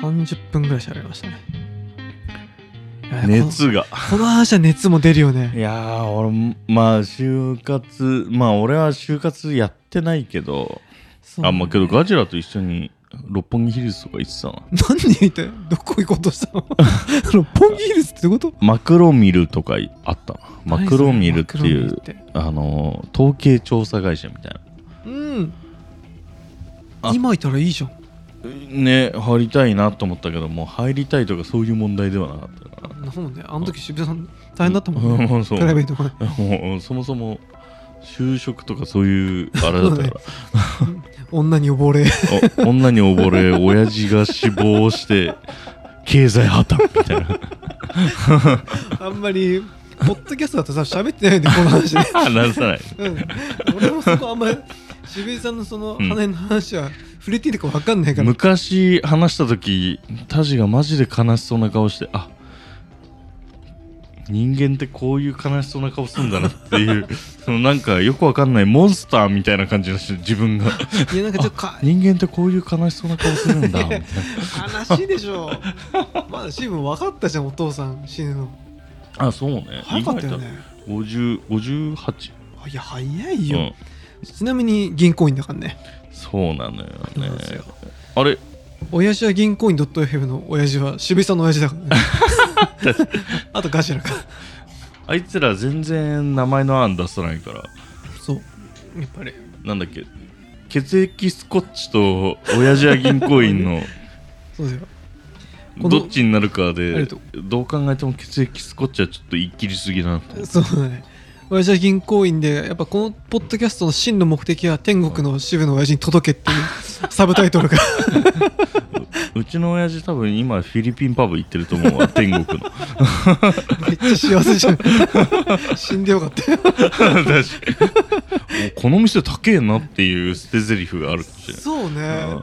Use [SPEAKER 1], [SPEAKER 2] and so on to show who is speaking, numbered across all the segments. [SPEAKER 1] 30分ぐらい喋りましたねいやこ
[SPEAKER 2] 熱が
[SPEAKER 1] のこの話は熱も出るよ
[SPEAKER 2] い
[SPEAKER 1] ね
[SPEAKER 2] やー俺まあ就活まあ俺は就活やってないけど
[SPEAKER 1] そう
[SPEAKER 2] あまあけどガジラと一緒に六本木ヒルズとか行ってたな
[SPEAKER 1] 何言ってどこ行こうとしたの 六本木ヒルズってこと
[SPEAKER 2] マクロミルとかあったなマクロミルって
[SPEAKER 1] マ
[SPEAKER 2] い
[SPEAKER 1] ク
[SPEAKER 2] う
[SPEAKER 1] ロミルって
[SPEAKER 2] あのー統計調査会社みたいな
[SPEAKER 1] うん
[SPEAKER 2] あ
[SPEAKER 1] 今いたらいいじゃん
[SPEAKER 2] ね入りたいなと思ったけどもう入りたいとかそういう問題ではなかったから
[SPEAKER 1] なもんねあの時渋谷さん大変だったもんね、
[SPEAKER 2] うんそう
[SPEAKER 1] プライベートがね
[SPEAKER 2] もうそもそも就職とかそういうあれだったか
[SPEAKER 1] 女に溺れ
[SPEAKER 2] ら、お女に溺れ親父が死亡して経済破綻みたいな
[SPEAKER 1] あんまりポッドキャストだとさ喋ってないんでこの話ね
[SPEAKER 2] 話さない
[SPEAKER 1] うん、俺もそこあんまり渋井さんのその
[SPEAKER 2] うん
[SPEAKER 1] 羽の話は触れていいのか分かんないから、
[SPEAKER 2] 昔話した時タジがマジで悲しそうな顔してあ人間ってこういう悲しそうな顔するんだなっていう そのなんかよくわかんないモンスターみたいな感じの人自分が
[SPEAKER 1] いやなんかちょっとか
[SPEAKER 2] 人間ってこういう悲しそうな顔するんだみたいな
[SPEAKER 1] 悲しいでしょまだシーブン分かったじゃんお父さん死ぬの
[SPEAKER 2] あそうね
[SPEAKER 1] 早かったよね
[SPEAKER 2] 50 58
[SPEAKER 1] あいや早いよ、
[SPEAKER 2] うん
[SPEAKER 1] ちなみに銀行員だからね
[SPEAKER 2] そうなのよ
[SPEAKER 1] そう
[SPEAKER 2] ね
[SPEAKER 1] なんですよ
[SPEAKER 2] あれ
[SPEAKER 1] 親父は銀行員 .fm の親父は渋井さんの親父だからね あとガジラか
[SPEAKER 2] あいつら全然名前の案出さないから
[SPEAKER 1] そうやっぱり
[SPEAKER 2] なんだっけ血液スコッチと親父や銀行員 の
[SPEAKER 1] そうですよこの
[SPEAKER 2] どっちになるか
[SPEAKER 1] あり
[SPEAKER 2] で
[SPEAKER 1] がとう
[SPEAKER 2] どう考えても血液スコッチはちょっと言い切りすぎだなと思って
[SPEAKER 1] そうだね。親父は銀行員で、やっぱこのポッドキャストの真の目的は天国の支部の親父に届けっていう サブタイトルが。
[SPEAKER 2] うちの親父多分今フィリピンパブ行ってると思 うわ天国の
[SPEAKER 1] めっちゃ幸せじゃ ん。 死んでよかったよ。
[SPEAKER 2] 確かにおこの店高えなっていう捨て台詞があるかもしれな
[SPEAKER 1] そうね。あ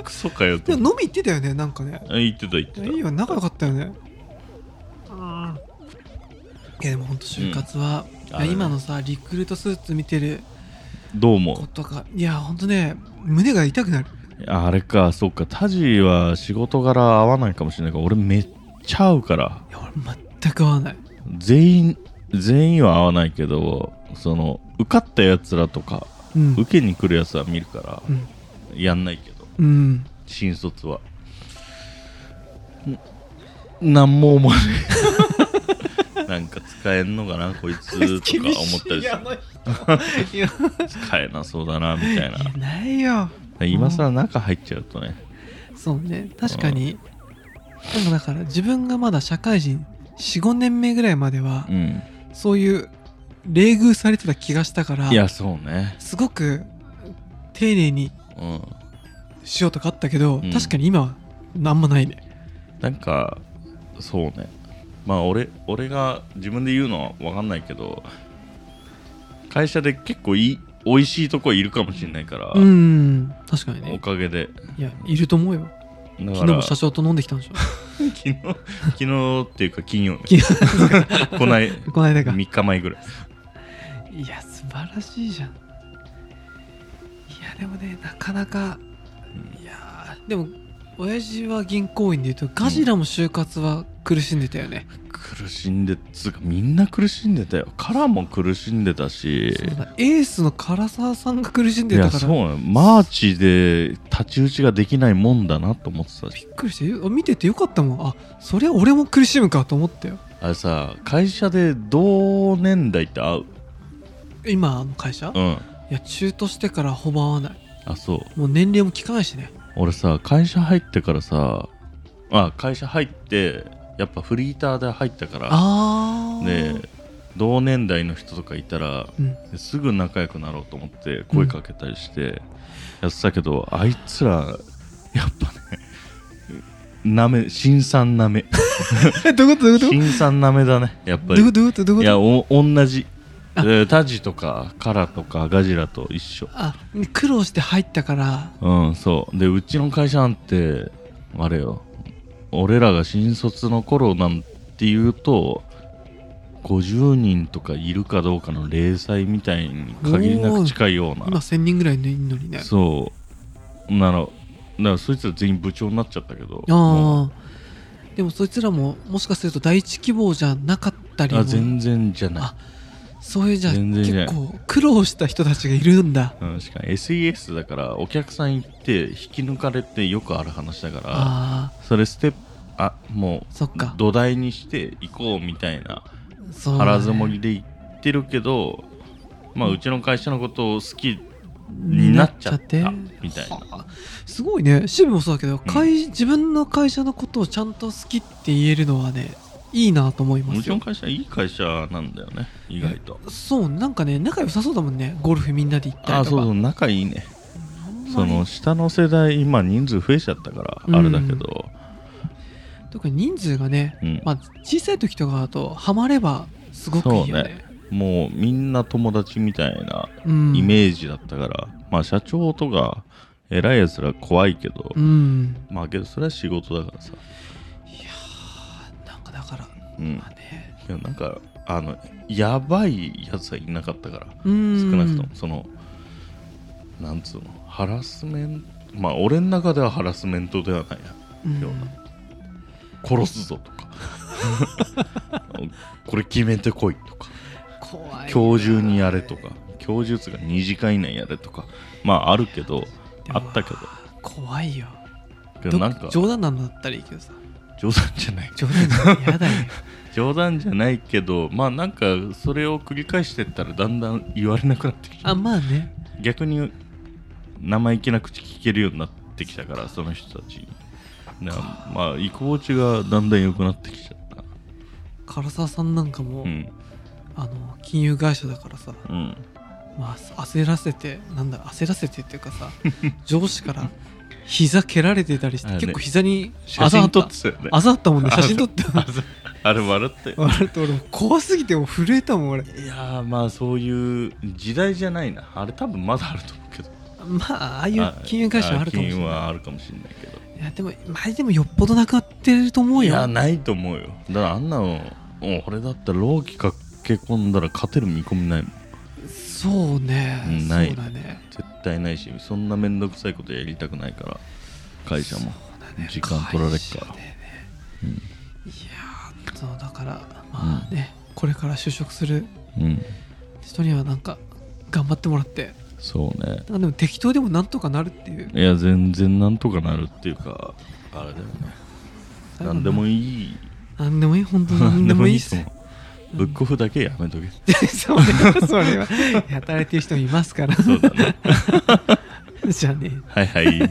[SPEAKER 2] いクソかよと
[SPEAKER 1] で
[SPEAKER 2] 思
[SPEAKER 1] も
[SPEAKER 2] って
[SPEAKER 1] 飲み行ってたよね、なんかね。
[SPEAKER 2] あ言ってた言って
[SPEAKER 1] い
[SPEAKER 2] た
[SPEAKER 1] いよ、仲良かったよね。うんいやでも本当就活は、
[SPEAKER 2] うん
[SPEAKER 1] いや今のさリクルートスーツ見てる
[SPEAKER 2] どう
[SPEAKER 1] 子
[SPEAKER 2] も
[SPEAKER 1] とかいや本当ね胸が痛くなる
[SPEAKER 2] あれかそっかタジは仕事柄合わないかもしれないから俺めっちゃ合うから
[SPEAKER 1] いや俺全く合わない
[SPEAKER 2] 全員全員は合わないけどその受かったやつらとか
[SPEAKER 1] うん
[SPEAKER 2] 受けに来るやつは見るから
[SPEAKER 1] うん
[SPEAKER 2] やんないけど
[SPEAKER 1] うん
[SPEAKER 2] 新卒はんなんも思わ ないなんか使えんのかなこいつとか思ったりする
[SPEAKER 1] いや
[SPEAKER 2] 使えなそうだなみたい
[SPEAKER 1] いやないよ
[SPEAKER 2] な今更中入っちゃうとね
[SPEAKER 1] そうね確かにでもだから自分がまだ社会人45年目ぐらいまでは、
[SPEAKER 2] うん
[SPEAKER 1] そういう冷遇されてた気がしたから
[SPEAKER 2] いやそうね
[SPEAKER 1] すごく丁寧に
[SPEAKER 2] うん
[SPEAKER 1] しようとかあったけど、
[SPEAKER 2] うん
[SPEAKER 1] 確かに今はなんもないね
[SPEAKER 2] なんかそうねまあ俺俺が自分で言うのは分かんないけど会社で結構いい美味しいとこいるかもしれないから、
[SPEAKER 1] うん確かに
[SPEAKER 2] お
[SPEAKER 1] ね
[SPEAKER 2] かげで
[SPEAKER 1] いやいると思うよ
[SPEAKER 2] だか
[SPEAKER 1] 昨日
[SPEAKER 2] ら
[SPEAKER 1] も社長と飲んできたんでしょ
[SPEAKER 2] 昨日昨日っていうか金曜
[SPEAKER 1] 昨
[SPEAKER 2] 日こな い
[SPEAKER 1] この間が
[SPEAKER 2] 3日前ぐらい
[SPEAKER 1] いや素晴らしいじゃんいやでもねなかなかいやーでも親父は銀行員でいうとガジラも就活は苦しんでたよね、
[SPEAKER 2] 苦しんでつうかみんな苦しんでたよカラーも苦しんでたし
[SPEAKER 1] そうだエースの唐沢さんが苦しん
[SPEAKER 2] い
[SPEAKER 1] でた
[SPEAKER 2] や
[SPEAKER 1] か
[SPEAKER 2] そ
[SPEAKER 1] ら
[SPEAKER 2] うなのマーチで太刀打ちができないもんだなと思ってたし
[SPEAKER 1] びっくりしてよ見ててよかったもんあそりゃ俺も苦しむかと思ったよ
[SPEAKER 2] あれさ会社で同年代って合う
[SPEAKER 1] 今の会社、
[SPEAKER 2] う
[SPEAKER 1] い
[SPEAKER 2] ん
[SPEAKER 1] や中途してからほぼ合わない
[SPEAKER 2] あそう
[SPEAKER 1] もう年齢も聞かないしね
[SPEAKER 2] 俺さ会社入ってからさあ会社入ってやっぱフリーターで入ったから
[SPEAKER 1] ああ
[SPEAKER 2] で同年代の人とかいたら
[SPEAKER 1] うん
[SPEAKER 2] すぐ仲良くなろうと思って声かけたりしてやってたけど、あいつらやっぱねなめ新参な め
[SPEAKER 1] えどういうことどういうこと
[SPEAKER 2] 新参なめだねやっ
[SPEAKER 1] ど
[SPEAKER 2] ぱ
[SPEAKER 1] ういうこと
[SPEAKER 2] り
[SPEAKER 1] どういうことどう
[SPEAKER 2] い
[SPEAKER 1] いうこと
[SPEAKER 2] やお同じ
[SPEAKER 1] あ
[SPEAKER 2] えタジとかカラとかガジラと一緒
[SPEAKER 1] あ苦労して入ったから
[SPEAKER 2] うんそうでうちの会社なんてあれよ俺らが新卒の頃なんていうと50人とかいるかどうかの零細みたいに限りなく近いよう
[SPEAKER 1] 今
[SPEAKER 2] な
[SPEAKER 1] 1000人ぐらいいるのにね
[SPEAKER 2] そうなのからそいつら全員部長になっちゃったけどもう
[SPEAKER 1] ああでもそいつらももしかすると第一希望じゃなかったり
[SPEAKER 2] あ
[SPEAKER 1] も
[SPEAKER 2] 全然じゃない
[SPEAKER 1] あそういうじゃあ
[SPEAKER 2] 全然じゃ
[SPEAKER 1] 結
[SPEAKER 2] ない
[SPEAKER 1] 構苦労した人たちがいるんだ
[SPEAKER 2] うん、しかも SES だからお客さん行って引き抜かれてよくある話だから
[SPEAKER 1] あ
[SPEAKER 2] それステップあも
[SPEAKER 1] あそっ
[SPEAKER 2] う
[SPEAKER 1] か
[SPEAKER 2] 土台にして行こうみたいな
[SPEAKER 1] そうだね
[SPEAKER 2] 腹積もりで行ってるけど、まあうちの会社のことを好きになっちゃったみたいな
[SPEAKER 1] はあすごいね渋もそうだけど、会自分の会社のことをちゃんと好きって言えるのはねいいなと思いま
[SPEAKER 2] う
[SPEAKER 1] す
[SPEAKER 2] ち
[SPEAKER 1] よ
[SPEAKER 2] の会社いい会社なんだよね意外と
[SPEAKER 1] そうなんかね仲良さそうだもんねゴルフみんなで行った
[SPEAKER 2] あ
[SPEAKER 1] り
[SPEAKER 2] あ
[SPEAKER 1] とか
[SPEAKER 2] そうそう仲いいね
[SPEAKER 1] ほんまに
[SPEAKER 2] その下の世代今人数増えちゃったからあれだけど、
[SPEAKER 1] 特に人数がね、
[SPEAKER 2] うん
[SPEAKER 1] まあ、小さい時とかだとハマればすごくいいよね
[SPEAKER 2] もうみんな友達みたいな
[SPEAKER 1] うん
[SPEAKER 2] イメージだったから、まあ社長とか偉いやつら怖いけど、
[SPEAKER 1] うん
[SPEAKER 2] まあけどそれは仕事だからさ、
[SPEAKER 1] いやーなんかだから、
[SPEAKER 2] うん、
[SPEAKER 1] まあね
[SPEAKER 2] いやなんかあのやばいやつはいなかったから
[SPEAKER 1] うん
[SPEAKER 2] 少なくともそのなんつうのハラスメントまあ俺の中ではハラスメントではないな
[SPEAKER 1] うん
[SPEAKER 2] ような殺すぞとか これ決めてこいとか
[SPEAKER 1] 怖い
[SPEAKER 2] 今日中にやれとか今日中つが2時間以内やれとかまああるけど
[SPEAKER 1] でも
[SPEAKER 2] あったけど
[SPEAKER 1] 怖いよ
[SPEAKER 2] けどなんか
[SPEAKER 1] ど冗談なんだったらいいけどさ
[SPEAKER 2] 冗談じゃない
[SPEAKER 1] 冗談じゃないやだ よ
[SPEAKER 2] 冗談じゃないけどまあなんかそれを繰り返してったらだんだん言われなくなってき
[SPEAKER 1] あ
[SPEAKER 2] た
[SPEAKER 1] まあね
[SPEAKER 2] 逆に生意気な口聞けるようになってきたからその人たちになまあ居心地がだんだん良くなってきちゃった
[SPEAKER 1] 唐沢さんなんかも、
[SPEAKER 2] うん
[SPEAKER 1] あの金融会社だからさ、
[SPEAKER 2] うん
[SPEAKER 1] まあ、焦らせてなんだ焦らせてっていうか さ上司から膝蹴られてたりして、
[SPEAKER 2] あれね
[SPEAKER 1] 結構膝に
[SPEAKER 2] 写
[SPEAKER 1] あざあ
[SPEAKER 2] 真
[SPEAKER 1] っ
[SPEAKER 2] 撮
[SPEAKER 1] た
[SPEAKER 2] ってたよね
[SPEAKER 1] あざあったもんね写真撮って
[SPEAKER 2] あざあれ笑ったよ
[SPEAKER 1] あれと俺もう怖すぎてもう震えたもん俺
[SPEAKER 2] いやーまあそういう時代じゃないなあれ多分まだあると思うけど
[SPEAKER 1] まあああいう金融会社はあるかもしれ
[SPEAKER 2] 金融は
[SPEAKER 1] な
[SPEAKER 2] あるかもしれないけど
[SPEAKER 1] いいやでも前でもよっぽどなくなってると思う
[SPEAKER 2] い
[SPEAKER 1] よ
[SPEAKER 2] やないと思うよだからあんなのもう俺だったら老期かけ込んだら勝てる見込みないもん
[SPEAKER 1] そうね
[SPEAKER 2] うんない
[SPEAKER 1] そうだね
[SPEAKER 2] 絶対ないしそんな面倒くさいことやりたくないから会社も
[SPEAKER 1] そうだね
[SPEAKER 2] 時間取られっ
[SPEAKER 1] 会社
[SPEAKER 2] から
[SPEAKER 1] だよねいやーそうだからまあね、これから就職する
[SPEAKER 2] うん
[SPEAKER 1] 人にはなんか頑張ってもらって
[SPEAKER 2] そう
[SPEAKER 1] な
[SPEAKER 2] ね
[SPEAKER 1] んかでも適当でもなんとかなるっていう
[SPEAKER 2] いや全然なんとかなるっていうかあれだよね何でも
[SPEAKER 1] いい
[SPEAKER 2] いい
[SPEAKER 1] 何でもいい本 当に
[SPEAKER 2] 何
[SPEAKER 1] 何
[SPEAKER 2] で
[SPEAKER 1] で
[SPEAKER 2] も
[SPEAKER 1] も
[SPEAKER 2] い
[SPEAKER 1] い
[SPEAKER 2] い
[SPEAKER 1] い
[SPEAKER 2] と
[SPEAKER 1] し
[SPEAKER 2] 思うブックオフだけやめ とけ
[SPEAKER 1] それはそれは働いてる人もいますから
[SPEAKER 2] そうだね
[SPEAKER 1] じゃあね
[SPEAKER 2] はいはい